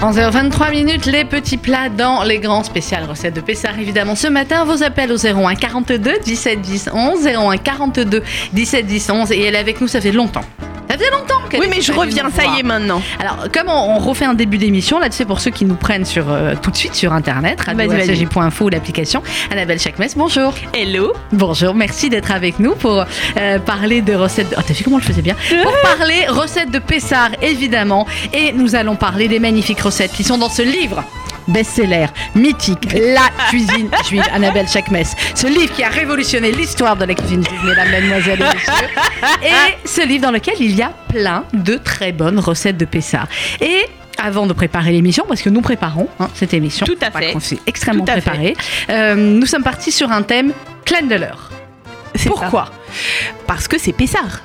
11h23 minutes, les petits plats dans les grands spéciales recettes de Pessard. Évidemment, ce matin, vos appels au 01 42 17 10 11, 01 42 17 10 11. Et elle est avec nous, ça fait longtemps. Ça fait longtemps qu'elle Oui, est mais je venue reviens, nous ça voir. y est maintenant. Alors, comme on, on refait un début d'émission, là, tu sais, pour ceux qui nous prennent sur, euh, tout de suite sur Internet, Vas-y, vas-y. radio.fcj.info ou l'application, Annabelle Chakmes, bonjour. Hello Bonjour, merci d'être avec nous pour euh, parler de recettes. de- Oh, t'as vu comment je faisais bien Pour parler recettes de Pessard, évidemment. Et nous allons parler des magnifiques recettes qui sont dans ce livre best-seller, mythique, La cuisine juive, Annabelle Chakmes. Ce livre qui a révolutionné l'histoire de la cuisine juive, mesdames, mesdemoiselles et messieurs. Et ce livre dans lequel il y a plein de très bonnes recettes de Pessard. Et avant de préparer l'émission, parce que nous préparons hein, cette émission, Tout à pas fait. qu'on s'est extrêmement Tout à fait. préparé, euh, nous sommes partis sur un thème Klendeler. C'est Pourquoi ça. Parce que c'est Pessard.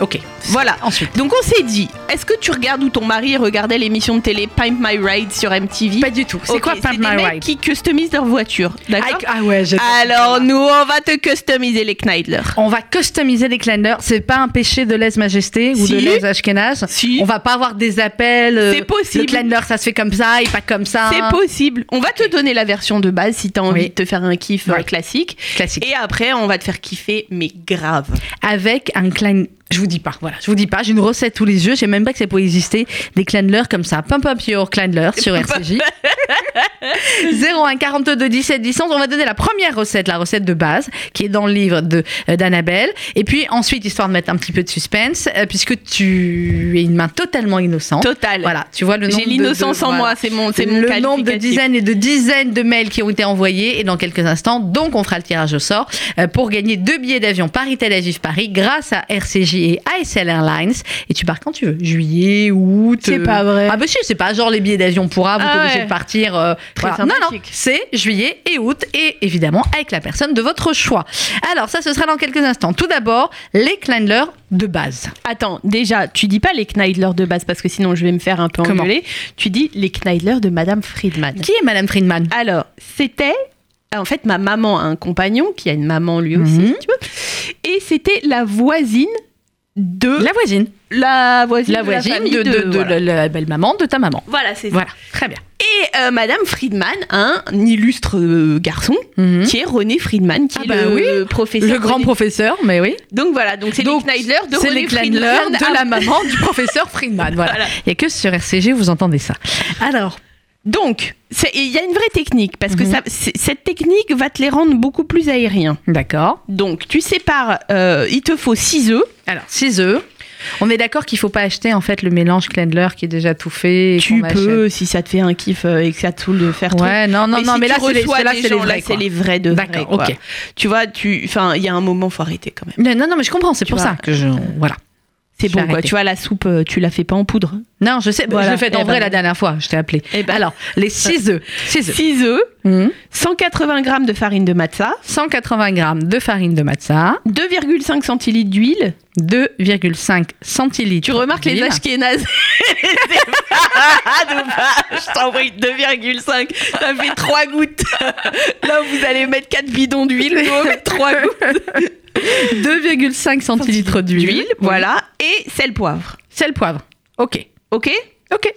Ok. Voilà. Ensuite. Donc on s'est dit, est-ce que tu regardes où ton mari regardait l'émission de télé Pimp My Ride sur MTV Pas du tout. C'est Ok, quoi Pimp des My mecs Ride qui customisent leur voiture, Ah, d'accord ah ouais, j'adore. Alors nous, on va te customiser les Kneidler. On va customiser les Kleiner. C'est pas un péché de l'aise-majesté ou de Si. l'aise-ashkenaz. Si. On va pas avoir des appels. euh, C'est possible. Le Kleiner, ça se fait comme ça et pas comme ça. C'est possible. On va te donner la version de base si t'as envie Oui. de te faire un kiff euh, Ouais. classique. Classique. Et après, on va te faire kiffer, mais grave. Hein Avec un Klein. Je vous dis pas, voilà, je vous dis pas, j'ai une recette tous les yeux, je sais même pas que ça peut exister, des Kleinler comme ça, pump up your Kleinler sur RCJ. 01 42 17 10 11, on va donner la première recette, la recette de base, qui est dans le livre de euh, d'Annabelle. Et puis ensuite, histoire de mettre un petit peu de suspense, euh, puisque tu es une main totalement innocente. Total. Voilà, tu vois le nombre J'ai de- l'innocence de- en voilà. moi, c'est mon, c'est mon le nombre de qualificatif. dizaines et de dizaines de mails qui ont été envoyés et dans quelques instants, donc on fera le tirage au sort euh, pour gagner deux billets d'avion Paris-Tel Aviv-Paris grâce à RCJ et ASL Airlines. Et tu pars quand tu veux, juillet, août. C'est euh, pas vrai. Ah bah si, c'est pas genre les billets d'avion pour A, vous Ah êtes ouais. obligé de partir. euh, Très voilà. Non, non, sympathique. c'est juillet et août et évidemment avec la personne de votre choix. Alors ça, ce sera dans quelques instants. Tout d'abord, les Kleinler de base. Attends, déjà, tu dis pas les Kneidler de base parce que sinon je vais me faire un peu Comment engueuler. Tu dis les Kneidler de Madame Friedman. Qui est Madame Friedman Alors, c'était. En fait, ma maman a un compagnon qui a une maman lui aussi, Mhm. tu vois. Et c'était la voisine de. La voisine. La voisine la de voisine famille de, de- de voilà. la, la belle-maman de ta maman. Voilà, c'est ça. Voilà, très bien. Et euh, Madame Friedman, a un illustre euh, garçon, qui est René Friedman, qui Hmm. Ah est bah le oui, professeur. Mhm. Le grand René- professeur, mais oui. Donc voilà, donc c'est les Donc, Kneidler de C'est René les Kleinler Friedman. de Ah, la maman du professeur Friedman. Voilà. voilà. Il n'y a que sur RCG, vous entendez ça. Alors, Donc, c'est- il y a une vraie technique, parce que Mhm. ça- c'est- cette technique va te les rendre beaucoup plus aériens. d'accord. Donc, tu sépares, euh, il te faut 6 œufs. Alors, 6 œufs. On est d'accord qu'il ne faut pas acheter en fait le mélange Klendler qui est déjà tout fait. et Tu qu'on peux, si ça te fait un kiff euh, et que ça te saoule de faire achète. trop. Ouais, non, non, Mais non, si mais tu là, c'est les, reçois c'est- là, des c'est gens, les là, vrais. c'est quoi. les vrais de vrais, D'accord, quoi. ok. Tu vois, tu, enfin, il y a un moment, faut arrêter quand même. Non, non, mais je comprends, c'est Tu pour vois. ça que je. Voilà. C'est Je bon, vais quoi. arrêter. Tu vois, la soupe, euh, tu la fais pas en poudre. Non, je sais, Voilà. je l'ai fait en Eh vrai ben. la dernière fois, je t'ai appelé. Eh ben. Alors, les 6 œufs. 6 œufs. 6 œufs, Mhm. 180 g de farine de matzah, 180 g de farine de matzah, 2,5 centilitres d'huile. 2,5 centilitres. Tu remarques les d'huile. Ashkénazes Je t'envoie 2,5. Ça fait 3 gouttes. Là, vous allez mettre 4 bidons d'huile. Nous, on met 3 gouttes 2,5 centilitres d'huile. d'huile. Voilà. Et sel poivre. Sel, poivre. Ok. OK Ok.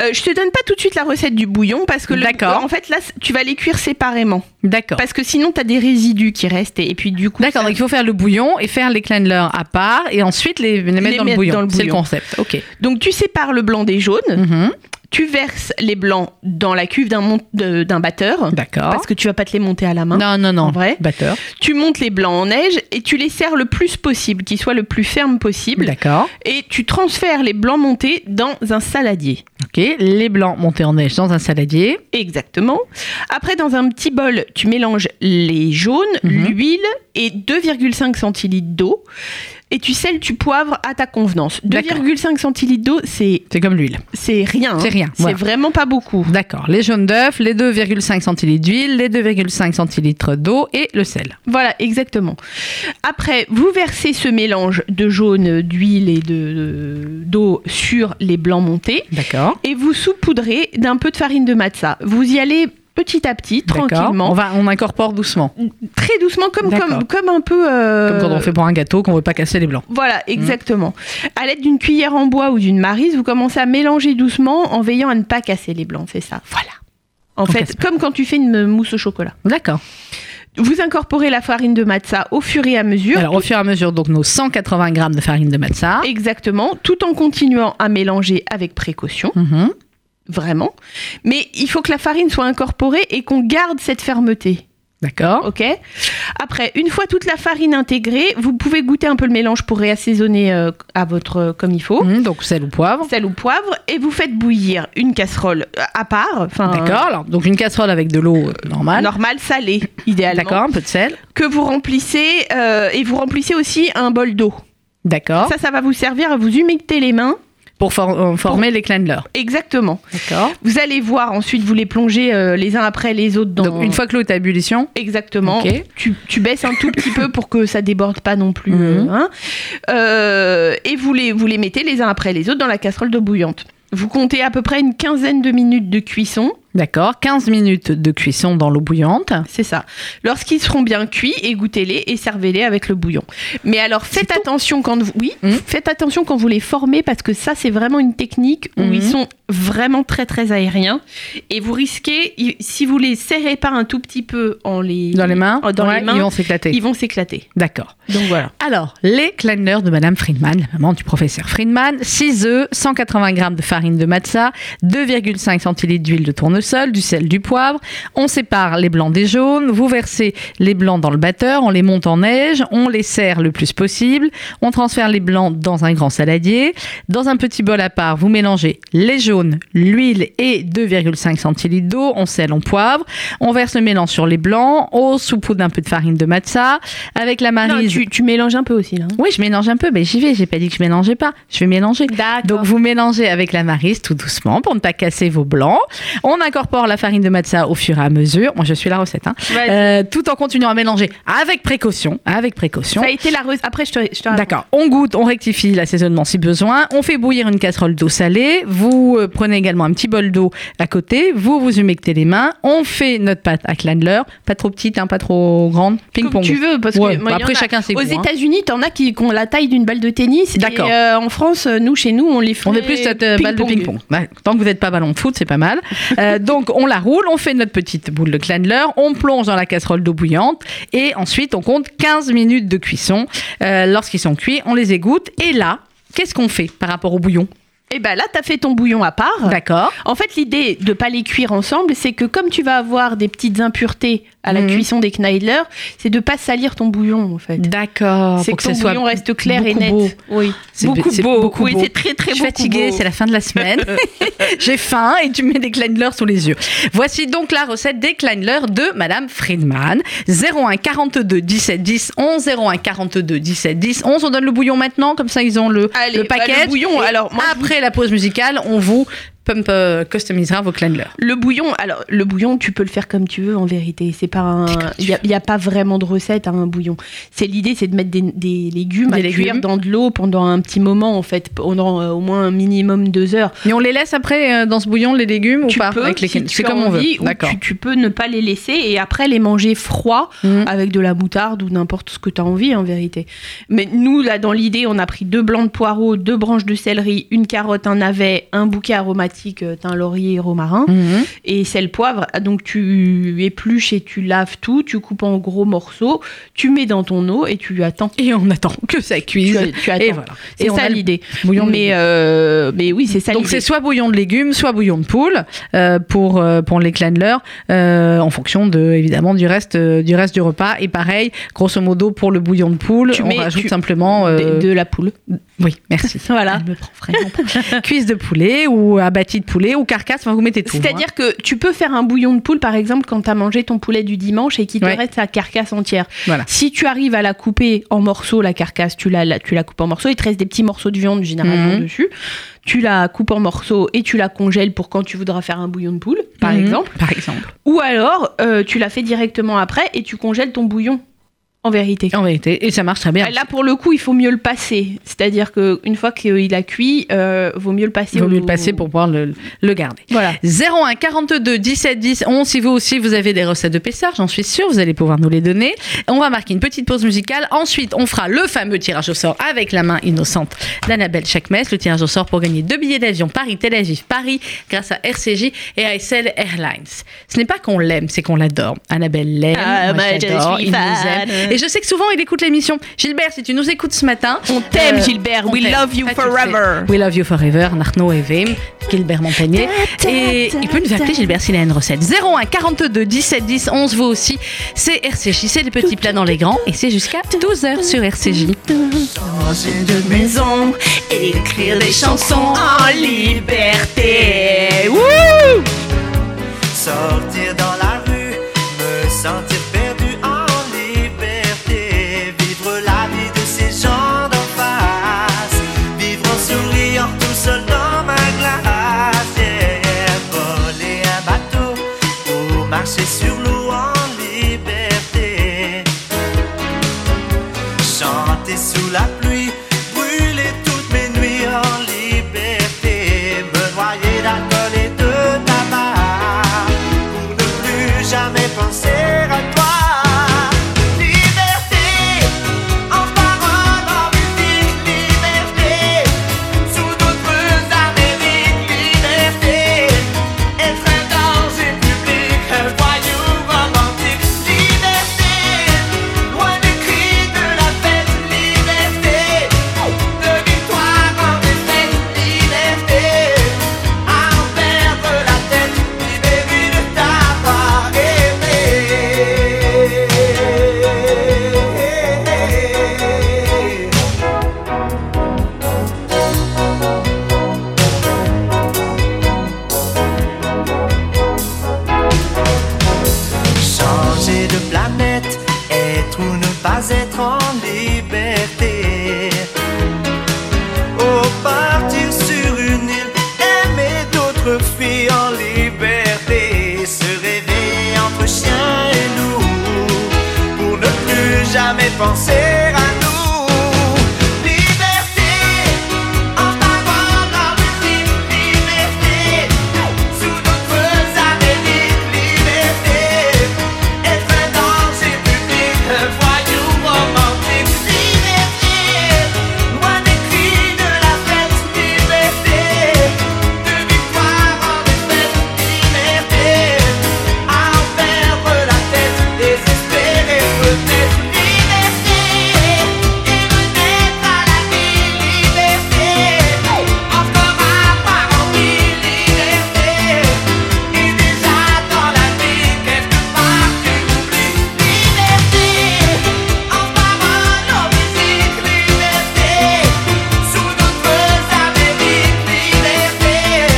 Euh, je te donne pas tout de suite la recette du bouillon parce que le- D'accord. en fait là c- tu vas les cuire séparément D'accord. parce que sinon t'as des résidus qui restent et, et puis du coup D'accord, ça- donc il faut faire le bouillon et faire les Kleinler à part et ensuite les, les mettre, Les dans, le mettre bouillon. dans le C'est le bouillon. concept. Ok. donc tu sépares le blanc des jaunes Mhm. tu verses les blancs dans la cuve d'un mon- de- d'un batteur D'accord. parce que tu vas pas te les monter à la main Non, non, non. En vrai Batteur. Tu montes les blancs en neige et tu les serres le plus possible, qu'ils soient le plus fermes possible. D'accord. Et tu transfères les blancs montés dans un saladier. Ok. Les blancs montés en neige dans un saladier. Exactement. Après, dans un petit bol, tu mélanges les jaunes, Mhm. l'huile et 2,5 centilitres d'eau. Et tu sels, tu poivres à ta convenance. D'accord. 2,5 centilitres d'eau, c'est C'est comme l'huile. c'est rien. hein. C'est rien. C'est voilà. vraiment pas beaucoup. D'accord. Les jaunes d'œufs, les 2,5 centilitres d'huile, les 2,5 centilitres d'eau et le sel. Voilà, exactement. Après, vous versez ce mélange de jaune, d'huile et de- de- d'eau sur les blancs montés. D'accord. et vous saupoudrez d'un peu de farine de matza. Vous y allez petit à petit, D'accord. On, tranquillement, va, on incorpore doucement. très doucement, comme, comme, D'accord. comme un peu... euh, Comme quand on fait Mmh. pour un gâteau qu'on veut pas casser les blancs. Voilà, exactement. À l'aide d'une cuillère en bois ou d'une marise, vous commencez à mélanger doucement en veillant à ne pas casser les blancs, c'est ça. Voilà. En casse fait, pas. comme quand tu fais une euh, mousse au chocolat. D'accord. Vous incorporez la farine de matza au fur et à mesure. Alors, au fur et à mesure, donc nos 180 grammes de farine de matza. Exactement, tout en continuant à mélanger avec précaution, Mhm. vraiment. Mais il faut que la farine soit incorporée et qu'on garde cette fermeté, D'accord. ok Après, une fois toute la farine intégrée, vous pouvez goûter un peu le mélange pour réassaisonner euh, à votre euh, comme il faut. Mhm, donc, sel ou poivre. sel ou poivre et vous faites bouillir une casserole euh, à part, enfin D'accord. alors, Donc, une casserole avec de l'eau euh, normale. normale salée idéalement, D'accord, un peu de sel. que vous remplissez euh, et vous remplissez aussi un bol d'eau. D'accord. Ça, ça va vous servir à vous humecter les mains. Pour for- euh, former les clandlers. Exactement. D'accord. Vous allez voir ensuite, vous les plongez euh, les uns après les autres dans. Donc, une fois que l'eau est à ébullition, Exactement. Ok. Tu, tu baisses un tout petit peu pour que ça déborde pas non plus. Mhm. euh, hein. Euh, et vous les, vous les mettez les uns après les autres dans la casserole d'eau bouillante. Vous comptez à peu près une quinzaine de minutes de cuisson. d'accord, 15 minutes de cuisson dans l'eau bouillante. C'est ça. Lorsqu'ils seront bien cuits, égouttez-les et servez-les avec le bouillon. Mais alors faites tout attention quand vous oui, Mhm. faites attention quand vous les formez parce que ça c'est vraiment une technique où Mhm. ils sont vraiment très très aériens et vous risquez i- si vous les serrez pas un tout petit peu en les Dans les mains, Oh, dans Ouais, les mains, ils vont s'éclater. ils vont s'éclater. D'accord. Donc voilà. Alors, les Kleinler de Madame Friedman, la maman du professeur Friedman, 6 œufs, 180 g de farine de matza, 2,5 centilitres d'huile de tournesol, du sel, du poivre. On sépare les blancs des jaunes, vous versez les blancs dans le batteur, on les monte en neige, on les serre le plus possible, on transfère les blancs dans un grand saladier. Dans un petit bol à part, vous mélangez les jaunes, l'huile et 2,5 centilitres d'eau, on sel, on poivre. On verse le mélange sur les blancs, on saupoudre un peu de farine de matza, avec la Non, marise... tu, tu mélanges un peu aussi là. Oui, je mélange un peu, mais j'y vais. J'ai pas dit que je mélangeais pas. Je vais mélanger. Donc vous mélangez avec la marise tout doucement pour ne pas casser vos blancs. On incorpore la farine de matza au fur et à mesure. Moi, je suis la recette. Hein. Vas-y. Euh, tout en continuant à mélanger avec précaution, avec précaution. ça a été la rose. Après je te, je te raconte. D'accord. On goûte, on rectifie l'assaisonnement si besoin. On fait bouillir une casserole d'eau salée. Vous euh, prenez également un petit bol d'eau à côté. Vous vous humectez les mains. On fait notre pâte à Clandler. Pas trop petite, hein, pas trop grande. Ping Comme pong. tu veux parce Ouais, que moi, il y après en a- chacun ses aux goûts. hein. États-Unis, t'en as qui, qui ont la taille d'une balle de tennis. D'accord. Et, euh, en France, nous, chez nous, on les fait. On est plus cette euh, balle de ping-pong. ping-pong. Ouais, tant que vous n'êtes pas ballon de foot, c'est pas mal. Euh, donc, on la roule, on fait notre petite boule de Clandler, on plonge dans la casserole d'eau bouillante et ensuite, on compte 15 minutes de cuisson. Euh, Lorsqu'ils sont cuits, on les égoutte et là, qu'est-ce qu'on fait par rapport au bouillon Et ben là, t'as fait ton bouillon à part. D'accord En fait, l'idée de pas les cuire ensemble, c'est que comme tu vas avoir des petites impuretés à la Mhm. cuisson des Kneidler, c'est de pas salir ton bouillon en fait. D'accord. C'est pour que ton bouillon reste clair et beaucoup net. beau. Oui. C'est- beaucoup c'est beau. beaucoup oui, beau. c'est très très Je suis beaucoup fatiguée, beau. c'est la fin de la semaine. J'ai faim et tu me mets des Kleinler sous les yeux. Voici donc la recette des Kleinler de Madame Friedman. 01 42 17 10 11 01 42 17 10 11. On donne le bouillon maintenant, comme ça ils ont le, Allez, le bah, paquet. le bouillon, Et alors, moi, je après la pause musicale, on vous pump euh, customisera vos Kleinler. Le bouillon, alors le bouillon, tu peux le faire comme tu veux en vérité. C'est pas un, Fais comme tu il y a- il y a, pas vraiment de recette à un bouillon. C'est l'idée, c'est de mettre des, des légumes Des à légumes. cuire dans de l'eau pendant un petit moment en fait, pendant euh, au moins un minimum deux heures. Et on les laisse après euh, dans ce bouillon les légumes ou tu pas peux, Avec les- si tu C'est as comme on veut. envie, ou D'accord. Tu, tu peux ne pas les laisser et après les manger froids Mhm. avec de la moutarde ou n'importe ce que tu as envie en vérité. Mais nous, là, dans l'idée, on a pris deux blancs de poireaux, deux branches de céleri, une carotte, un navet, un bouquet aromatique, euh, thym, laurier et romarin, Mhm. et sel, poivre. Ah, Donc tu épluches et tu laves tout, tu coupes en gros morceaux, tu mets dans ton eau et tu attends. Et on attend que ça Tu, cuise. a- tu Et attends. voilà. C'est Et on ça a le l'idée. bouillon de Mais, euh, mais oui, c'est ça Donc c'est l'idée. soit bouillon de légumes, soit bouillon de poule euh, pour euh, pour les clandlers, euh, en fonction de évidemment du reste euh, du reste du repas. Et pareil, grosso modo pour le bouillon de poule, Tu on mets- rajoute tu- simplement euh, de, de la poule. oui merci. Voilà. Elle me prend vraiment pour- cuisse de poulet ou abattis de poulet ou carcasse, enfin, vous mettez tout. hein. C'est-à-dire que tu peux faire un bouillon de poule, par exemple, quand tu as mangé ton poulet du dimanche et qu'il te Ouais. reste sa carcasse entière. Voilà. Si tu arrives à la couper en morceaux, la carcasse, tu la, la- tu la coupes en morceaux, il te reste des petits morceaux de viande généralement Mhm. dessus. Tu la coupes en morceaux et tu la congèles pour quand tu voudras faire un bouillon de poule, par Mhm. exemple. Par exemple. Ou alors, euh, tu la fais directement après et tu congèles ton bouillon. en vérité. En vérité, et ça marche très bien. Bah Là, pour le coup, il faut mieux le passer. C'est-à-dire qu'une fois qu'il a cuit, euh, vaut mieux le passer. Il vaut au- mieux le passer pour pouvoir le, le garder. Voilà. 01 42 17 10 11. Si vous aussi vous avez des recettes de Pessard, j'en suis sûre, vous allez pouvoir nous les donner. On va marquer une petite pause musicale. Ensuite, on fera le fameux tirage au sort avec la main innocente d'Annabelle Chakmes. Le tirage au sort pour gagner deux billets d'avion Paris-Tel Aviv-Paris grâce à RCJ et à SL Airlines. Ce n'est pas qu'on l'aime, c'est qu'on l'adore. Annabelle l'aime. Ah, moi, bah, je j'adore, suis il nous fan. aime. Et je sais que souvent il écoute l'émission. Gilbert, si tu nous écoutes ce matin, On t'aime, euh, Gilbert. on We t'aime. love you Ça, tu le forever. sais. We love you forever, Narno Evim, Gilbert Montagnier. Et il peut nous appeler Gilbert s'il a une recette. 01 42 17 10 11, vous aussi. C'est RCJ, c'est les petits plats dans les grands. Et c'est jusqu'à 12h sur RCJ. dans une maison, écrire des chansons en liberté. Wouh Sortir dans la rue, me sentir perdu en liberté. Vivre la vie de ces gens d'en face, vivre en souriant tout seul dans ma glace. Yeah. Voler un bateau ou marcher sur l'eau en liberté chanter sous la pluie, brûler toutes mes nuits en liberté, me noyer d'alcool et de tabac, pour ne plus jamais penser à toi. Liberté, en parole, en musique, liberté, sous d'autres Amériques, liberté, être un danger public, un voyou romantique, liberté, loin des cris de la fête, liberté, de victoire en défaite, liberté, à en perdre la tête, libérée de t'avoir aimé. Changer de planète, être ou ne pas être en liberté. Oh, partir sur une île, aimer d'autres filles en liberté. Se réveiller entre chien et loup, pour ne plus jamais penser à nous. Liberté, en parole, en musique, liberté, sous d'autres amériques, liberté, être un danger public, un voyou romantique, liberté, loin des cris de la fête, liberté, de victoire en défaite, liberté, à en perdre la tête, désespéré peut-être, liberté, et peut-être à la vie, liberté, encore à part en vie, liberté, et déjà dans la vie, quelque part tu oublies, liberté, en parole, en musique, liberté, sous d'autres amériques, liberté,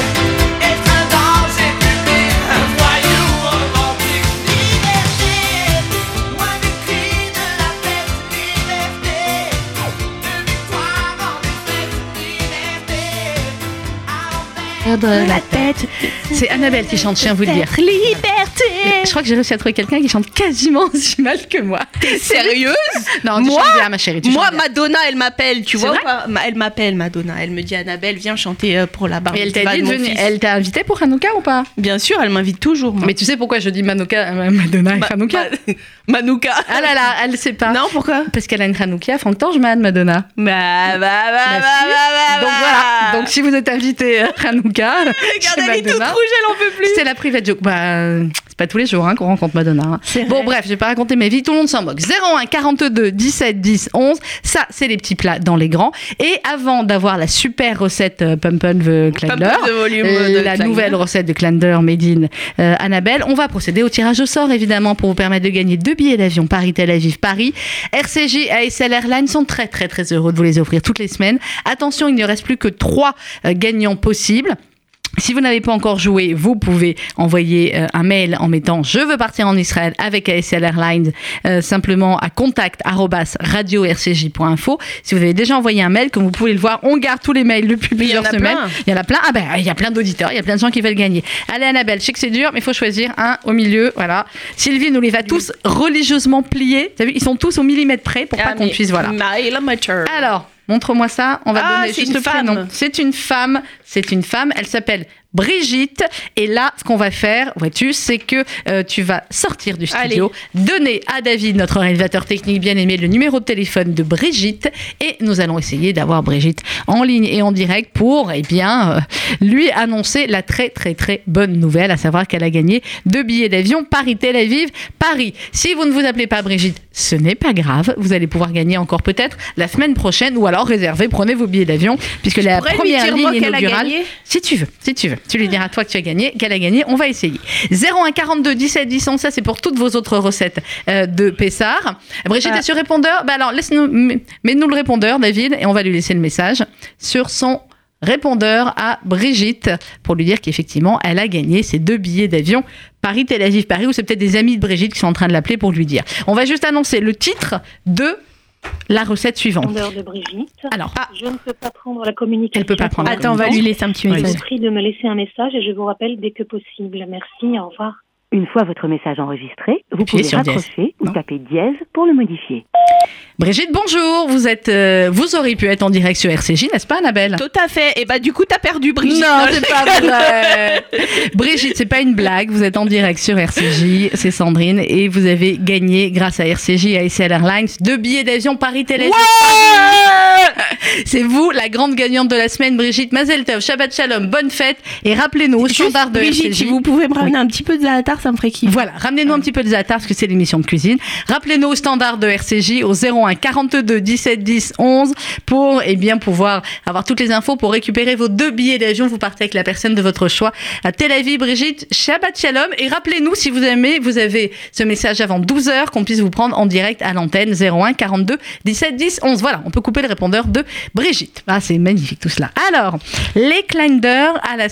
être un danger public, un voyou romantique, liberté, loin des cris de la fête, liberté, de victoire en défaite, liberté, à en faire La tête. C'est Annabelle qui chante, je tiens à vous le dire. Je Liberté. crois que j'ai réussi à trouver quelqu'un qui chante quasiment aussi mal que moi. Sérieuse Non, tu Moi chantes bien, ma chérie. tu Moi, chantes bien. Madonna, elle m'appelle, tu C'est vois ou vrai pas Ma- Elle m'appelle, Madonna. Elle me dit, Annabelle, viens chanter euh, pour la barbe. Et elle t'a festival dit de de mon venir. fils. Elle t'a invité pour Hanouka ou pas Bien sûr, elle m'invite toujours, moi. Mais tu sais pourquoi je dis Manuka, euh, Madonna et Ma- Hanouka Ma- Manuka. Ah là là, elle sait pas. Bah, Non, pourquoi Parce qu'elle a une Hanouka, Franck Tangeman, Madonna. Bah, bah, bah, La bah, bah, fille. bah, Donc bah. voilà. Donc si vous êtes invité à Hanouka, Regarde, chez elle est toute Madonna, rouge, elle en peut plus. c'est la private joke. Bah, euh, c'est pas tous les jours hein, qu'on rencontre Madonna. hein. C'est Bon vrai. bref, j'ai pas raconté ma vie, tout le monde s'en moque. 01 42 17 10 11, ça c'est les petits plats dans les grands. Et avant d'avoir la super recette euh, Pumpin the Pas Cladler, plus de volume euh, de la Klein. nouvelle recette de Clander Médine Annabelle. On va procéder au tirage au sort, évidemment, pour vous permettre de gagner deux billets d'avion Paris-Tel Aviv-Paris. RCG, ASL Airlines sont très, très, très heureux de vous les offrir toutes les semaines. Attention, il ne reste plus que trois euh, gagnants possibles. Si vous n'avez pas encore joué, vous pouvez envoyer euh, un mail en mettant Je veux partir en Israël avec ASL Airlines euh, simplement à contact rcj.info. Si vous avez déjà envoyé un mail, comme vous pouvez le voir, on garde tous les mails depuis il y en plusieurs a semaines. plein. Il y en a plein. Ah ben, il y a plein d'auditeurs, il y a plein de gens qui veulent gagner. Allez, Annabelle, je sais que c'est dur, mais il faut choisir un au milieu. Voilà. Sylvie nous les va tous religieusement pliés. T'as vu, ils sont tous au millimètre près Ah, pour pas qu'on puisse. Voilà. Ah, Maëla Mature. Alors, montre-moi ça. On va mm. Ah, donner c'est juste une le prénom. femme. C'est une femme. C'est une femme. Elle s'appelle Brigitte. Et là, ce qu'on va faire, vois-tu, c'est que euh, tu vas sortir du studio, donner à David, notre réalisateur technique bien aimé, le numéro de téléphone de Brigitte. Et nous allons essayer d'avoir Brigitte en ligne et en direct pour, eh bien, euh, lui annoncer la très, très, très bonne nouvelle, à savoir qu'elle a gagné deux billets d'avion Paris-Tel Aviv, Paris. Si vous ne vous appelez pas Brigitte, ce n'est pas grave. Vous allez pouvoir gagner encore peut-être la semaine prochaine ou alors réservez, prenez vos billets d'avion puisque la pourrais lui première dire, ligne moi, qu'elle a inaugurale. gagné Si tu veux, si tu veux, tu lui diras toi que tu as gagné, qu'elle a gagné, on va essayer. 01 42 17 10 11, ça c'est pour toutes vos autres recettes euh, de Pessard. Brigitte Ah. est sur répondeur, bah alors laisse-nous, mets-nous le répondeur David et on va lui laisser le message sur son répondeur à Brigitte pour lui dire qu'effectivement elle a gagné ses deux billets d'avion Paris-Tel Aviv-Paris ou c'est peut-être des amis de Brigitte qui sont en train de l'appeler pour lui dire. On va juste annoncer le titre de la recette suivante. répondeur de Brigitte. Alors, Je ne peux pas prendre la communication. Elle peut pas prendre la Attends, on va lui laisser un petit Oui. Je message. vous prie de me laisser un message et je vous rappelle dès que possible. Merci, au revoir. Une fois votre message enregistré, vous Appuyez pouvez sur dièse. raccrocher ou Non. taper dièse pour le modifier. Brigitte, bonjour. Vous êtes, euh, vous auriez pu être en direct sur RCJ, n'est-ce pas, Annabelle Tout à fait. Et bah, du coup, t'as perdu, Brigitte. Non, c'est pas vrai. Brigitte, c'est pas une blague. Vous êtes en direct sur RCJ, c'est Sandrine, et vous avez gagné grâce à RCJ et à SL Airlines deux billets d'avion Paris Télé. c'est vous, la grande gagnante de la semaine, Brigitte Mazeltov. Shabbat Shalom, bonne fête et rappelez-nous au Juste, standard de Brigitte, RCJ. si vous pouvez me ramener un petit peu de zaatar, ça me ferait kiffer. Voilà, ramenez-nous un petit peu de zatar parce que c'est l'émission de cuisine. Rappelez-nous au standard de RCJ au 01 42 17 10 11 pour eh bien pouvoir avoir toutes les infos pour récupérer vos deux billets d'avion. Vous partez avec la personne de votre choix à Tel Aviv, Brigitte. Shabbat shalom et rappelez-nous si vous aimez, vous avez ce message avant 12 heures qu'on puisse vous prendre en direct à l'antenne 01 42 17 10 11. Voilà, on peut couper le répondeur de Brigitte. Ah, c'est magnifique tout cela. Alors, les Kleinders à la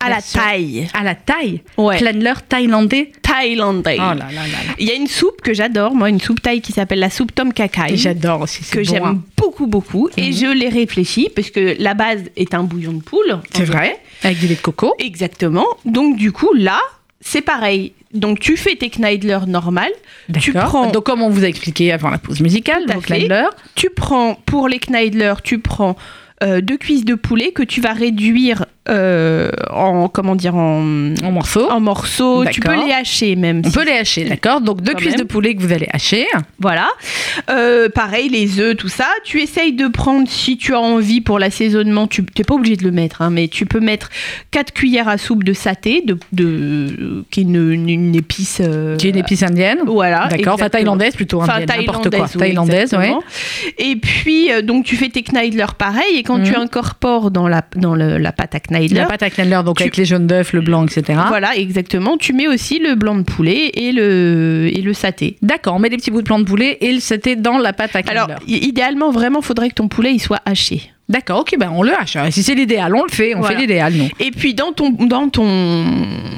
À la version- taille. à la taille, Ouais. Kleindler thaïlandais. Thaïlandais. Oh là là là là. Il y a une soupe que j'adore, moi, une soupe thaï qui s'appelle la soupe Tom Kakai. Et Mmh. J'adore aussi. c'est que bon, Mhm. j'aime hein. beaucoup, beaucoup. Et je l'ai réfléchi, parce que la base est un bouillon de poule. C'est on vrai. dirait. Avec du lait de coco. Exactement. Donc, du coup, là, c'est pareil. Donc, tu fais tes Kneidler normales. Tu D'accord. prends, Donc, comme on vous a expliqué avant la pause musicale, Tout à donc fait. Landler, tu prends pour les Kneidler, tu prends euh, deux cuisses de poulet que tu vas réduire euh, en, comment dire, en, en morceaux. en morceaux. Tu peux D'accord. les hacher même. On si- peut les hacher, d'accord Donc, deux Quand cuisses même. de poulet que vous allez hacher. Voilà. Euh, pareil, les œufs, tout ça. Tu essayes de prendre, si tu as envie pour l'assaisonnement, tu n'es pas obligé de le mettre, hein, mais tu peux mettre 4 cuillères à soupe de saté, de, de, qui est une, une- une épice. euh, Qui est une épice indienne. Voilà. D'accord. Enfin, exactement. thaïlandaise plutôt. Enfin, Indienne, n'importe thaïlandaise, quoi. oui, thaïlandaise, ouais. exactement. Et puis, euh, donc, tu fais tes kneidler pareil, et quand Mhm. tu incorpores dans la, dans le- la pâte à kneidler, La pâte à Landler, donc Tu- avec les jaunes d'œufs, le blanc, etc. voilà, exactement, tu mets aussi le blanc de poulet et le, et le saté. D'accord, on met des petits bouts de plan de poulet et le- c'était dans la pâte à Alors, Landler. i- idéalement, vraiment, faudrait que ton poulet il soit haché. D'accord, ok, ben on le hache. Si c'est l'idéal, on le fait, on Voilà. fait l'idéal, nous. Et puis dans ton dans ton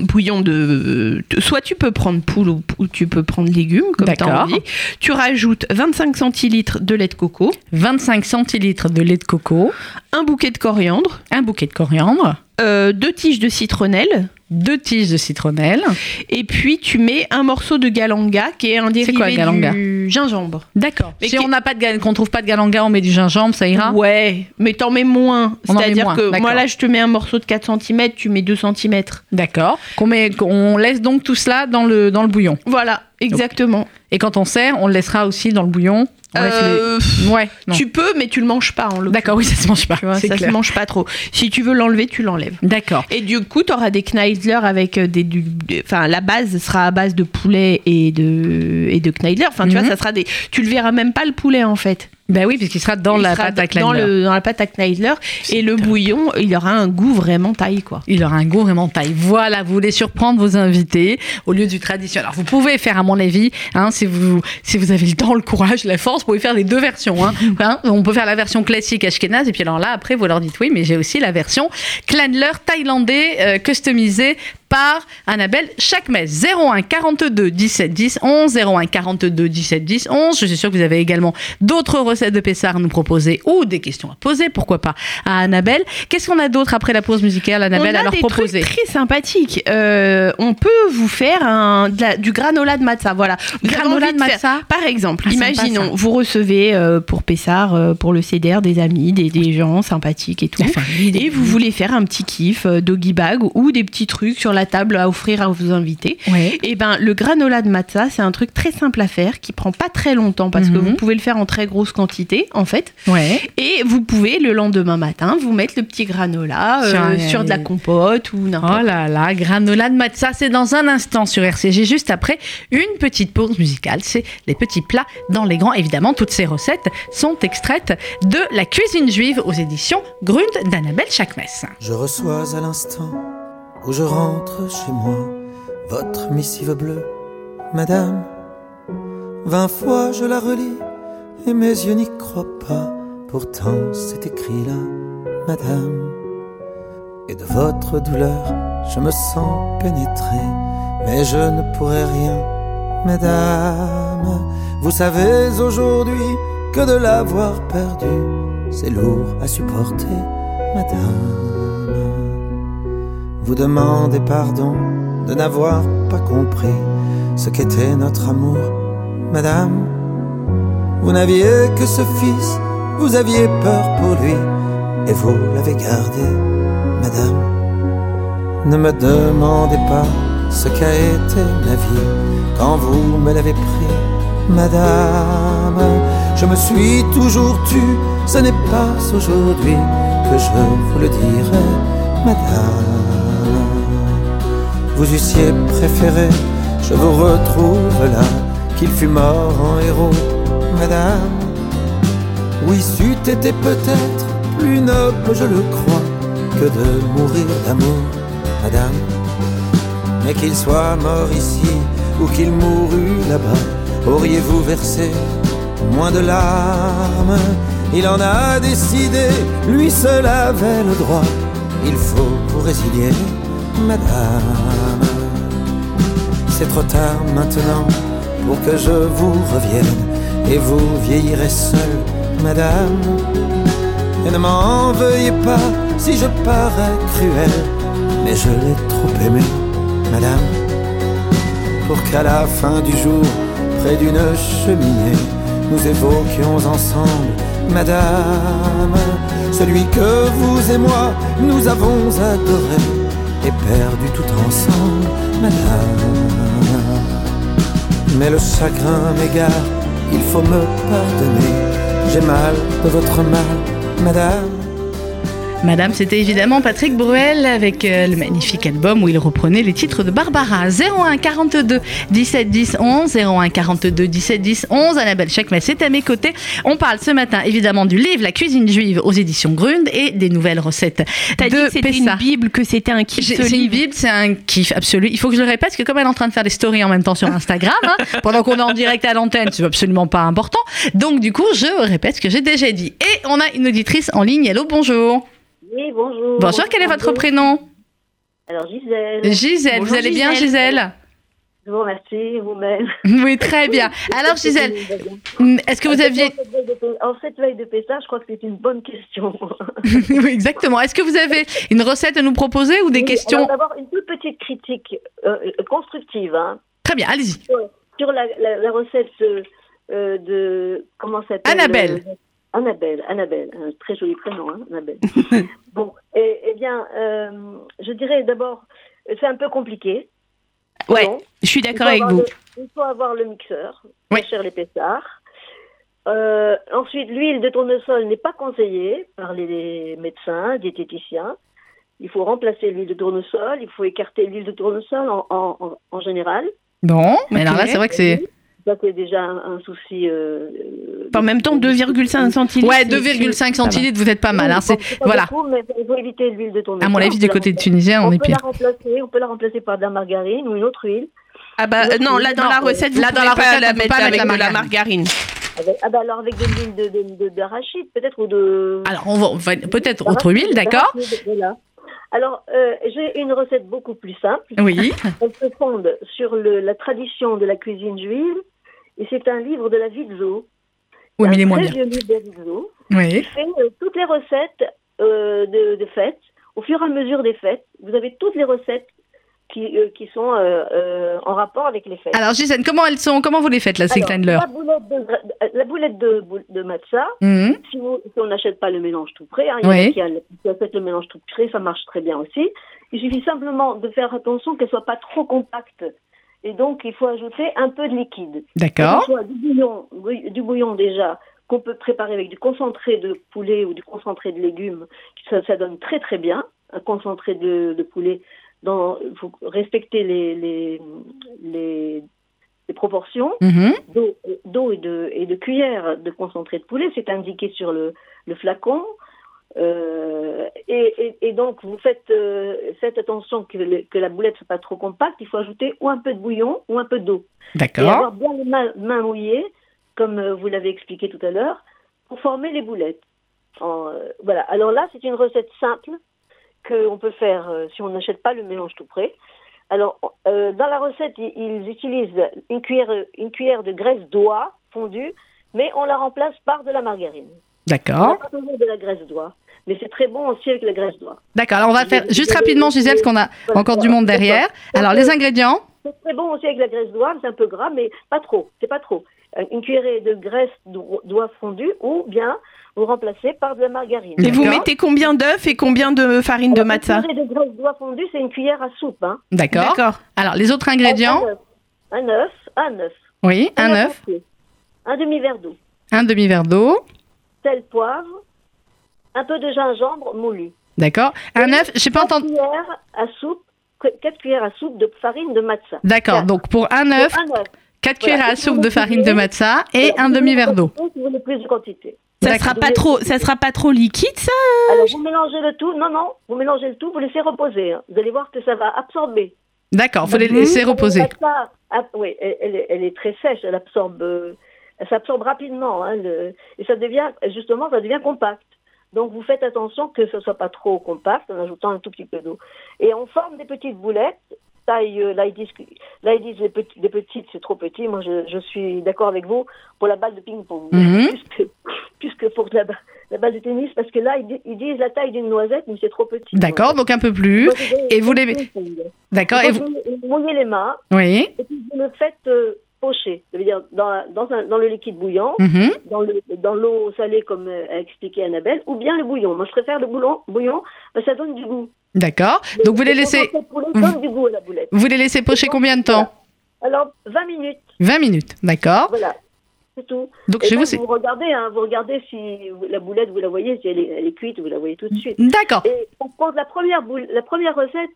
bouillon de, de- soit tu peux prendre poule ou, ou tu peux prendre légumes comme D'accord. t'as envie. Tu rajoutes 25 centilitres de lait de coco, 25 centilitres de lait de coco, un bouquet de coriandre, un bouquet de coriandre, euh, deux tiges de citronnelle, deux tiges de citronnelle. et puis tu mets un morceau de galanga qui est un dérivé quoi, galanga du gingembre. D'accord. Mais Si qui- on n'a pas de gal- qu'on trouve pas de galanga, on met du gingembre, ça ira. Ouais, mais t'en mets moins. On en met C'est-à-dire moins, que d'accord. moi là je te mets un morceau de 4 cm, tu mets 2 cm. D'accord. Qu'on met, qu'on laisse donc tout cela dans le dans le bouillon. Voilà, exactement. Et quand on sert, on le laissera aussi dans le bouillon. On laisse Euh, les- Ouais. non. Bah, tu peux, mais tu le manges pas en le D'accord. Oui, ça se mange pas. Tu vois, c'est ça clair. se mange pas trop. Si tu veux l'enlever, tu l'enlèves. D'accord. Et du coup, tu auras des Kneidler avec euh, des. du- des- Enfin, la base sera à base de poulet et de, et de Kneidler. Enfin, tu Mhm. vois, ça sera des. Tu le verras même pas le poulet en fait. Ben oui, puisqu'il sera dans Il la sera pâte à dans, Kleinler. le- dans la pâte à Kneidler. Et le bouillon, il aura un goût vraiment taille, quoi. Il aura un goût vraiment taille. Voilà, vous voulez surprendre vos invités au lieu du traditionnel. Alors vous pouvez faire, à mon avis, hein, si vous si vous avez le temps, le courage, la force, vous pouvez faire les deux versions. hein. Hein, on peut faire la version classique ashkénaze et puis alors là après vous leur dites oui, mais j'ai aussi la version Clanler thaïlandais euh, customisée par Annabelle Chakmes 01 42 17 10 11 01 42 17 10 11 je suis sûre que vous avez également d'autres recettes de Pessard à nous proposer ou des questions à poser pourquoi pas à Annabelle qu'est-ce qu'on a d'autre après la pause musicale Annabelle on a à leur des proposer trucs très sympathiques. Euh, on peut vous faire un, de la- du granola de matzah, voilà. Vous avez granola envie de faire- matza Par exemple, Ah, sympa, imaginons, ça. vous recevez euh, pour Pessard, euh, pour le CDR, des amis, des, des gens sympathiques et tout. Et vous voulez faire un petit kiff, euh, doggy bag ou des petits trucs sur la table à offrir à vos invités. ouais. Et ben le granola de matza, c'est un truc très simple à faire qui prend pas très longtemps parce que Mhm. vous pouvez le faire en très grosse quantité en fait. ouais Et vous pouvez le lendemain matin vous mettre le petit granola euh, Ah. Sur sur, un- de la compote ou n'importe Oh là là, granola de matza, c'est dans un instant sur RCG, juste après une petite pause musicale. C'est les petits plats dans les grands. Évidemment, toutes ces recettes sont extraites de La cuisine juive aux éditions Grund d'Annabelle Chakmes. Je reçois à l'instant où je rentre chez moi votre missive bleue, madame. Vingt fois je la relis et mes yeux n'y croient pas. Pourtant c'est écrit là, madame. Et de votre douleur je me sens pénétré, mais je ne pourrai rien, madame. Vous savez aujourd'hui que de l'avoir perdu, c'est lourd à supporter, madame. Vous demandez pardon de n'avoir pas compris ce qu'était notre amour, madame. Vous n'aviez que ce fils, vous aviez peur pour lui, et vous l'avez gardé, madame. Ne me demandez pas ce qu'a été ma vie quand vous me l'avez pris, madame. Je me suis toujours tu, ce n'est pas aujourd'hui que je vous le dirai, madame. Vous eussiez préféré, je vous retrouve là, qu'il fût mort en héros, madame. Oui, c'eût été peut-être plus noble, je le crois, que de mourir d'amour, madame. Mais qu'il soit mort ici ou qu'il mourût là-bas, auriez-vous versé moins de larmes Il en a décidé, lui seul avait le droit. Il faut vous résilier, madame. C'est trop tard maintenant pour que je vous revienne et vous vieillirez seul, madame. Et ne m'en veuillez pas si je parais cruel, mais je l'ai trop aimé, madame. Pour qu'à la fin du jour, près d'une cheminée, nous évoquions ensemble, madame, celui que vous et moi, nous avons adoré et perdu tout ensemble, madame. Mais le chagrin m'égare, il faut me pardonner. J'ai mal de votre mal, madame. Madame, c'était évidemment Patrick Bruel avec euh, le magnifique album où il reprenait les titres de Barbara. 01 42 17 10 11, 01 42 17 10 11. Annabelle Chakmes est à mes côtés. On parle ce matin évidemment du livre La cuisine juive aux éditions Grund et des nouvelles recettes T'as dit de que c'était Pessah. une bible, que c'était un kiff J'ai- ce C'est une livre. bible, c'est un kiff absolu. Il faut que je le répète, parce que comme elle est en train de faire des stories en même temps sur Instagram, hein, pendant qu'on est en direct à l'antenne, c'est absolument pas important. Donc du coup, je répète ce que j'ai déjà dit. Et on a une auditrice en ligne. Hello, bonjour. Oui, bonjour. Bonjour, quel est votre prénom Alors, Gisèle. Gisèle, Bonjour, vous allez bien Gisèle Gisèle. Je vous remercie, vous-même. Oui, très bien. Alors Gisèle, mm, est-ce que vous aviez... En cette veille de Pessard, je crois que c'est une bonne question. Oui, Exactement. Est-ce que vous avez une recette à nous proposer ou des Oui, questions alors D'abord, une toute petite critique euh, constructive hein, Très bien, allez-y. sur la, la- la recette euh, euh, de. Comment ça s'appelle Annabelle. euh, Annabelle, Annabelle, un très joli prénom, hein, Annabelle. bon, eh eh bien, euh, je dirais d'abord, euh, c'est un peu compliqué. Ouais, Non. je suis Il d'accord faut avec avoir vous. le- il faut avoir le mixeur, Oui. pour faire les pétards. Euh, ensuite, l'huile de tournesol n'est pas conseillée par les médecins, diététiciens. Il faut remplacer l'huile de tournesol, il faut écarter l'huile de tournesol en, en- en- en général. Bon, mais Ok. alors là, c'est vrai que c'est... Ça, c'est déjà un, un souci. euh, euh, En même temps, 2,5 centilitres. Ouais, c'est- 2,5 centilitres, vous êtes pas mal. Hein. Oui, C'est bon, pas voilà. beaucoup, mais il faut éviter l'huile de tournesol. À mon avis, On du peut côté la- des Tunisiens, on on est peut pire. la remplacer, on peut la remplacer par de la margarine ou une autre huile. Ah bah euh, non, là dans Non, la recette, vous là, là dans dans la recette, on la peut mettre pas avec mettre la de la margarine. Avec- ah bah alors avec de l'huile de- de- de- d'arachide peut-être ou de. Alors, on va, on va- peut-être autre huile, d'accord d'arachide, voilà. Alors euh, j'ai une recette beaucoup plus simple. Oui. Elle se fonde sur le- la tradition de la cuisine juive et c'est un livre de la Vizzo. Oui, mais un il est moins très bien. vieux livre de la Vizzo Oui. fait euh, toutes les recettes euh, de, de fêtes. Au fur et à mesure des fêtes, vous avez toutes les recettes qui, euh, qui sont euh, euh, en rapport avec les fêtes. Alors, Gisèle, comment elles sont Comment vous les faites, la Alors, Sigtandler la boulette de, gra- la boulette de, bou- de matza, Hum, si, vous- si on n'achète pas le mélange tout prêt, hein, il y en Oui. a qui, a le- qui achètent le mélange tout prêt, ça marche très bien aussi. Il suffit simplement de faire attention qu'elle soit pas trop compacte. Et donc, il faut ajouter un peu de liquide. D'accord. Que ce soit du bouillon, bouill- du bouillon déjà, qu'on peut préparer avec du concentré de poulet ou du concentré de légumes, ça, ça donne très très bien. Un concentré de, de poulet, dans, faut respecter les, les, les, les proportions Mhm. d'eau d'eau et de, et de cuillère de concentré de poulet, c'est indiqué sur le, le flacon. Euh, et, et- et donc, vous faites, euh, faites attention que, le- que la boulette ne soit pas trop compacte. Il faut ajouter ou un peu de bouillon ou un peu d'eau. Et D'accord. avoir bien les mains, mains mouillées, comme euh, vous l'avez expliqué tout à l'heure, pour former les boulettes. En, euh, voilà. Alors là, c'est une recette simple qu'on peut faire euh, si on n'achète pas le mélange tout prêt. Alors, euh, dans la recette, i- ils utilisent une cuillère, une cuillère de graisse d'oie fondue, mais on la remplace par de la margarine. On n'a D'accord. pas besoin de la graisse d'oie, mais c'est très bon aussi avec la graisse d'oie. D'accord. Alors, on va faire juste rapidement, Gisèle, parce qu'on a Voilà. encore du monde derrière. Alors, les ingrédients C'est très bon aussi avec la graisse d'oie, c'est un peu gras, mais pas trop, c'est pas trop. Euh, Une cuillerée de graisse d'o- d'oie fondue ou bien vous remplacez par de la margarine. Et vous D'accord. mettez combien d'œufs et combien de farine de Alors, matza Une cuillerée de graisse d'oie fondue, c'est une cuillère à soupe. Hein. D'accord. Alors, les autres ingrédients Un œuf, un œuf, un œuf. Oui, un œuf, entier, Un demi-verre d'eau, un demi-verre d'eau. sel, poivre, un peu de gingembre moulu. D'accord. Un œuf, j'ai pas Quatre entendu. cuillères à soupe, qu- quatre cuillères à soupe de farine de matza. D'accord. Donc, pour un œuf, Un œuf. 4 Voilà. cuillères à Et si soupe vous de voulez farine de matza et Alors, un si vous voulez demi-verre d'eau. quantité, Si vous voulez plus de quantité. Ça D'accord. sera pas trop, ça sera pas trop liquide ça Alors vous mélangez le tout, non, non, vous mélangez le tout, vous laissez reposer. hein. Vous allez voir que ça va absorber. D'accord, faut les laisser reposer. Ça, ah, oui, elle, elle est- elle est très sèche, elle absorbe, euh, elle s'absorbe rapidement. hein, le- et ça devient, justement, ça devient compact. Donc vous faites attention que ce ne soit pas trop compact en ajoutant un tout petit peu d'eau. Et on forme des petites boulettes. Taille, euh, là ils disent, que- là, ils disent les, petits- les petites, c'est trop petit. Moi je, je suis d'accord avec vous pour la balle de ping-pong. Mhm. Plus, que, plus que pour la, ba- la balle de tennis, parce que là ils, di- ils disent la taille d'une noisette, mais c'est trop petit. D'accord, donc un peu plus. Moi, je dirais Et vous les- ping-pong. D'accord, et Donc, vous... vous mouillez les mains Oui. et puis vous le faites euh, pocher, c'est-à-dire dans, la- dans, un- dans le liquide bouillant, Mhm. dans le- dans l'eau salée comme euh, a expliqué Annabelle, ou bien le bouillon. Moi, je préfère le bouillon, bouillon parce que ça donne du goût. D'accord. Donc vous les laissez... Le poulet donne du goût à la boulette. Vous les laissez pocher combien de temps Alors, 20 minutes, 20 minutes, d'accord. voilà, c'est tout. Donc Et chez là, vous, c'est... vous regardez, hein, vous regardez si la boulette, vous la voyez, si elle est, elle est cuite, vous la voyez Hmm. tout de suite. D'accord, Et par contre, la première, boule, la première recette,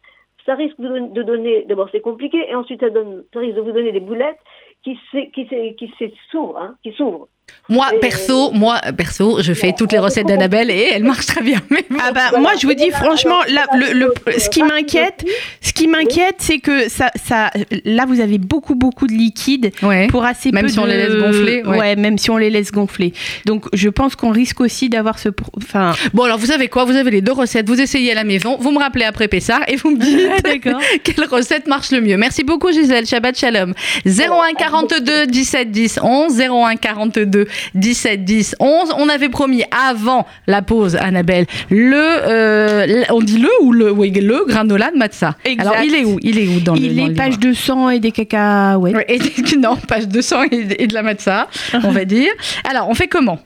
ça risque de, don- de donner. D'abord, c'est compliqué, et ensuite, ça, donne, ça risque de vous donner des boulettes qui s'é- qui s'é- qui s'é- s'ouvrent. hein, qui s'ouvrent. moi et- perso, moi perso, je fais Non, toutes les on peut recettes pas- d'Annabelle et elles marchent très bien. Mais bon. Ah bah Voilà. moi je vous dis Alors, franchement, alors, là, le, le- euh, ce qui partie m'inquiète, de- ce qui m'inquiète, c'est que ça, ça, là vous avez beaucoup beaucoup de liquide Ouais. pour assez Même peu si on de- les laisse gonfler, ouais. Ouais. même si on les laisse gonfler. Donc je pense qu'on risque aussi d'avoir ce, pro- enfin. Bon alors vous savez quoi Vous avez les deux recettes, vous essayez à la maison, vous me rappelez après Pessard et vous me dites quelle recette marche le mieux. Merci beaucoup Gisèle, Shabbat Shalom. 01 42 17 10 11, 01 42 17 10 11. On avait promis avant la pause, Annabelle, le, euh, l- on dit le ou le, oui, le granola de matza. Exact. Alors il est où Il est où dans le Il dans est le page livre 200 et des cacahuètes. Ouais, et- non, page 200 et, de- et de la matza, on va dire. Alors, on fait comment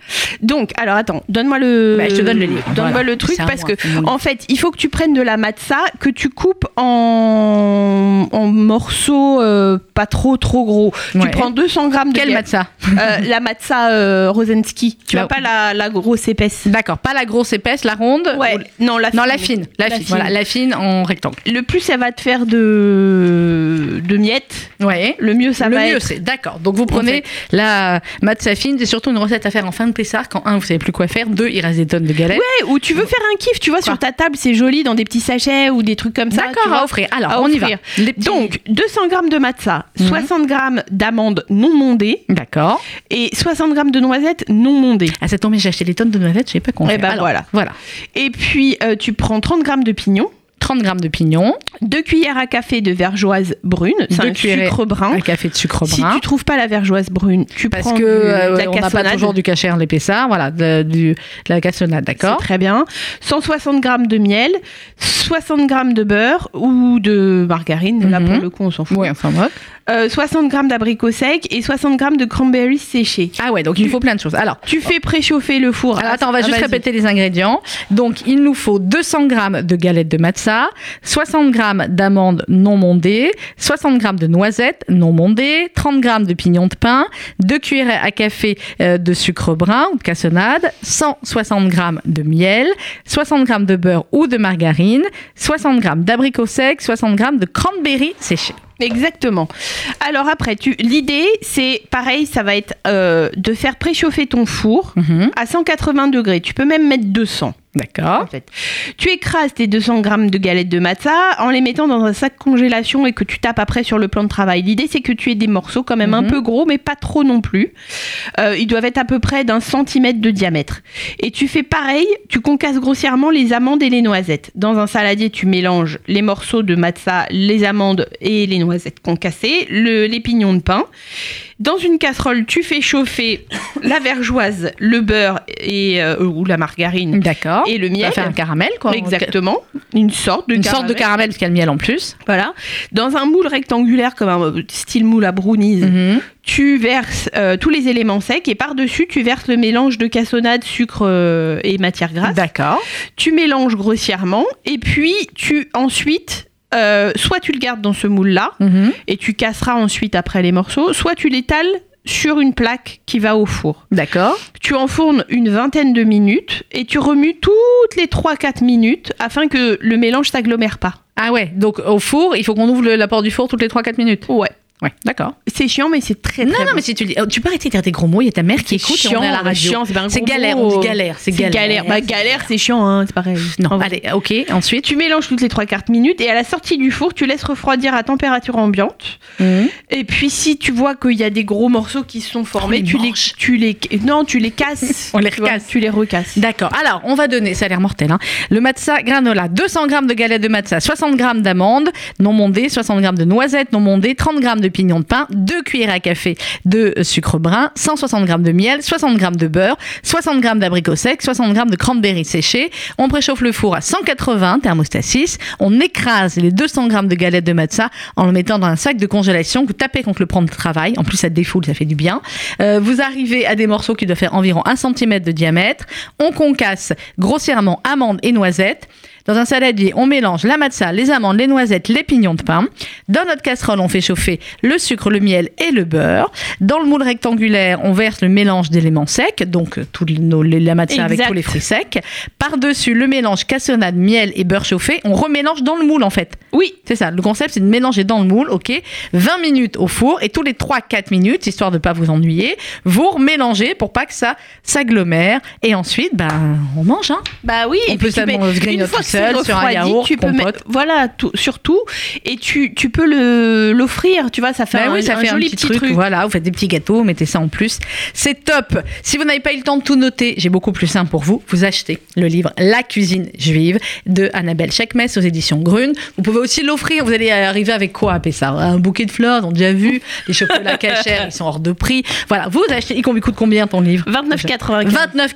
Donc, alors attends, donne-moi le. Bah, je te donne le livre, Donne-moi voilà. le truc C'est à parce moi, c'est mon que, livre. en fait, il faut que tu prennes de la matza que tu coupes en, en morceaux euh, pas trop trop gros. Ouais. Tu prends 200 grammes de Quelle gâ- matza Bah, euh, la matza ta euh, Rosensky. Tu La- as pas la, la grosse épaisse. D'accord, pas la grosse épaisse, la ronde. Ouais, ou- non, la bah, euh, Non, la fine. La, fine. Voilà, la fine en rectangle. Le plus elle va te faire de, de miettes, Ouais. le mieux ça le va mieux, être. c'est d'accord. Donc vous prenez la matza fine, c'est surtout une recette à faire en fin de Pessard quand un vous savez plus quoi faire, deux il reste des tonnes de galettes. Ouais, ou tu veux faire un kiff, tu vois, sur ta table, c'est joli dans des petits sachets ou des trucs comme ça. bah, tu d'accord vois. à offrir. Alors à on y va. offrir. Les petits- Donc, 200 grammes de matza, Mhm. 60 grammes d'amandes non mondées d'accord. Ah, et 60 grammes de noisettes non mondées. À cette tombé j'ai acheté des tonnes de noisettes, je sais pas qu'on Eh fait. ben, Alors, voilà. Voilà. Et puis, euh, tu prends 30 grammes de pignons, 30 grammes de pignons, 2 cuillères à café de vergeoise brune, c'est Deux un cuillères- sucre brun. un café de sucre ben, Si brun. tu trouves pas la vergeoise brune, tu Parce prends que du- euh, de la on n'a pas cassonade. toujours du cachère les Pessards, voilà, de, du- de la cassonade, C'est d'accord. très bien. 160 grammes de miel, 60 grammes de beurre ou de margarine. Là, Mhm. pour le coup, on s'en fout. Ouais, enfin bref. Euh, 60 grammes d'abricots secs et 60 grammes de cranberries séchés. Ah ouais, donc il faut plein de choses. Alors Tu fais préchauffer le four. Oh. Alors à- attends, on va ah, juste vas-y. répéter les ingrédients. Donc il nous faut 200 g de galettes de matzah, 60 g d'amandes non mondées, 60 g de noisettes non mondées, 30 g de pignons de pain, 2 cuillères à café euh, de sucre brun ou de cassonade, 160 g de miel, 60 g de beurre ou de margarine, 60 g d'abricots secs, 60 g de cranberry séchés. Exactement. Alors après, tu... l'idée, c'est pareil, ça va être euh, de faire préchauffer ton four Mhm, à 180 degrés. Tu peux même mettre 200. en D'accord. fait. Tu écrases tes 200 grammes de galettes de matza en les mettant dans un sac congélation et que tu tapes après sur le plan de travail. L'idée, c'est que tu aies des morceaux quand même Mhm. un peu gros, mais pas trop non plus. Euh, ils doivent être à peu près d'un centimètre de diamètre. Et tu fais pareil, tu concasses grossièrement les amandes et les noisettes. Dans un saladier, tu mélanges les morceaux de matza, les amandes et les noisettes concassées, le, les pignons de pain. Dans une casserole, tu fais chauffer la vergeoise, le beurre et, euh, ou la margarine D'accord. et le On va miel. faire Oh, un caramel, quoi. Exactement, une sorte de Une caramel. sorte de caramel, parce qu'il y a le miel en plus. Voilà. Dans un moule rectangulaire, comme un euh, style moule à brownies, Mhm. tu verses euh, tous les éléments secs et par-dessus, tu verses le mélange de cassonade, sucre euh, et matière Ah. grasse. D'accord. Tu mélanges grossièrement et puis tu ensuite. euh, soit tu le gardes dans ce moule-là Mhm. et tu casseras ensuite après les morceaux, soit tu l'étales sur une plaque qui va au four. D'accord. Tu enfournes une vingtaine de minutes et tu remues toutes les 3-4 minutes afin que le mélange s'agglomère pas. Ah ouais, donc au four, il faut qu'on ouvre le- la porte du four toutes les 3-4 minutes. Ouais. Ouais, d'accord. C'est chiant, mais c'est très Non, très non, mais si tu dis, oh, tu peux arrêter de dire des gros mots, il y a ta mère qui écoute et on est à la radio. chiant, c'est pas un C'est gros galère, mot. on dit galère, c'est C'est galère. galère. Bah, galère, c'est chiant, hein, c'est pareil. Non, En vrai. allez, ok, ensuite. Tu mélanges toutes les 3 quarts minutes et à la sortie du four, tu laisses refroidir à température ambiante. Mhm. Et puis, si tu vois qu'il y a des gros morceaux qui se sont formés, Oh, les tu les, mange. tu les, non, tu les casses. On les Tu vois, recasse. Tu les recasses. D'accord. Alors, on va donner, ça a l'air mortel, hein. le matza granola, 200 g de galettes de matza, 60 g d'amandes non mondées, 60 g de noisettes non mondées, 30 g de pignons de pain, 2 cuillères à café de euh, sucre brun, 160 g de miel, 60 g de beurre, 60 g d'abricots secs, 60 g de cranberry séchés. On préchauffe le four à 180, thermostat 6. On écrase les 200 g de galettes de matza en le mettant dans un sac de congélation. Vous tapez contre le prendre de travail. En plus, ça défoule, ça fait du bien. Euh, vous arrivez à des morceaux qui doivent faire environ 1 cm de diamètre. On concasse grossièrement amandes et noisettes. Dans un saladier, on mélange la matza, les amandes, les noisettes, les pignons de pain. Dans notre casserole, on fait chauffer le sucre, le miel et le beurre. Dans le moule rectangulaire, on verse le mélange d'éléments secs, donc euh, tous nos, les- la matza avec Exact. tous les fruits secs. Par-dessus, le mélange cassonade, miel et beurre chauffé, on remélange dans le moule en fait. Oui. C'est ça, le concept c'est de mélanger dans le moule, ok 20 minutes au four et tous les 3-4 minutes, histoire de ne pas vous ennuyer, vous remélangez pour pas que ça s'agglomère et ensuite, ben, on mange. Hein. Bah oui, On et peut puis tu ça- mets- on se grignote une fois tout que c'est seul, sur un refroidi, yaourt, tu peux compote. mettre- voilà, tout, surtout, et tu, tu peux le l'offrir, tu vois, ça fait Ben un, oui, ça un fait joli un petit, truc, Voilà, vous faites des petits gâteaux, mettez ça en plus. C'est top. Si vous n'avez pas eu le temps de tout noter, j'ai beaucoup plus simple pour vous. Vous achetez le livre La cuisine juive de Annabelle Chakmes aux éditions Grune. Vous pouvez aussi l'offrir. Vous allez arriver avec quoi à Pessard Un bouquet de fleurs, on a déjà vu. Les chocolats cachers, ils sont hors de prix. Voilà, vous achetez. Il coûte combien ton livre 29,95.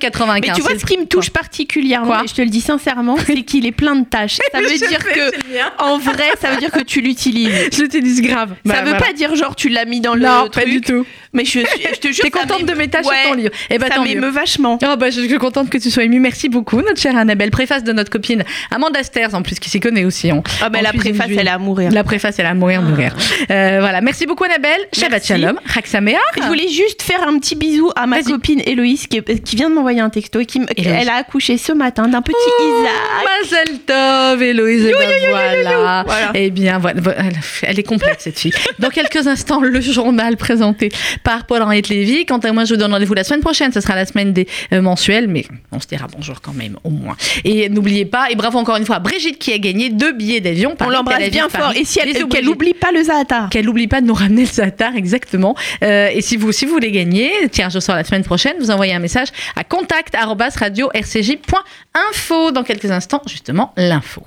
29,95. Mais tu vois, c'est ce qui me touche particulièrement, Quoi et je te le dis sincèrement, c'est qu'il est fait plein de tâches. Ça veut Je dire fais, que, c'est le mien. en vrai, ça veut dire que tu l'utilises. Je l'utilise grave. ça veut pas dire genre tu l'as mis dans le Bah Non, truc. pas du tout. Mais je, je te jure, T'es ça contente de m'émeut- mes tâches Ouais, sur ton livre. Eh ben, ça tant mieux. m'émeut vachement. Oh bah, je suis contente que tu sois émue. Merci beaucoup, notre chère Annabelle. Préface de notre copine Amanda Sters, en plus, qui s'y connaît aussi. hein. Ah ben En la cuisine préface, juive. elle est à mourir. La préface, elle a à mourir, mourir. Euh, voilà. Merci beaucoup, Annabelle. Shabbat Ah. Merci. Shalom. Raksamea. Je voulais juste faire un petit bisou à ma Vas-y. copine Héloïse qui, est- qui vient de m'envoyer un texto et qui m- Héloïse. Oh. elle a accouché ce matin d'un petit Isaac. Mazel Tov, Héloïse. Eh ben voilà. Voilà. Eh bien, voilà. Elle- Elle est complète, cette fille. Dans quelques instants, le journal présenté par Paul-Henri Lévy. Quant à moi, je vous donne rendez-vous la semaine prochaine. Ce sera la semaine des euh, mensuels, mais on se dira bonjour quand même, au moins. Et n'oubliez pas, et bravo encore une fois à Brigitte qui a gagné deux billets d'avion. On Paris, Tel l'embrasse Aviv, bien fort Paris. et si elle, Bisous, qu'elle Brigitte. n'oublie pas le Zahatar. Qu'elle n'oublie pas de nous ramener le Zatar, exactement. Euh, et si vous, si vous voulez gagner, tiens, je sors la semaine prochaine, vous envoyez un message à contact@radio-rcj.info. Dans quelques instants, justement, l'info.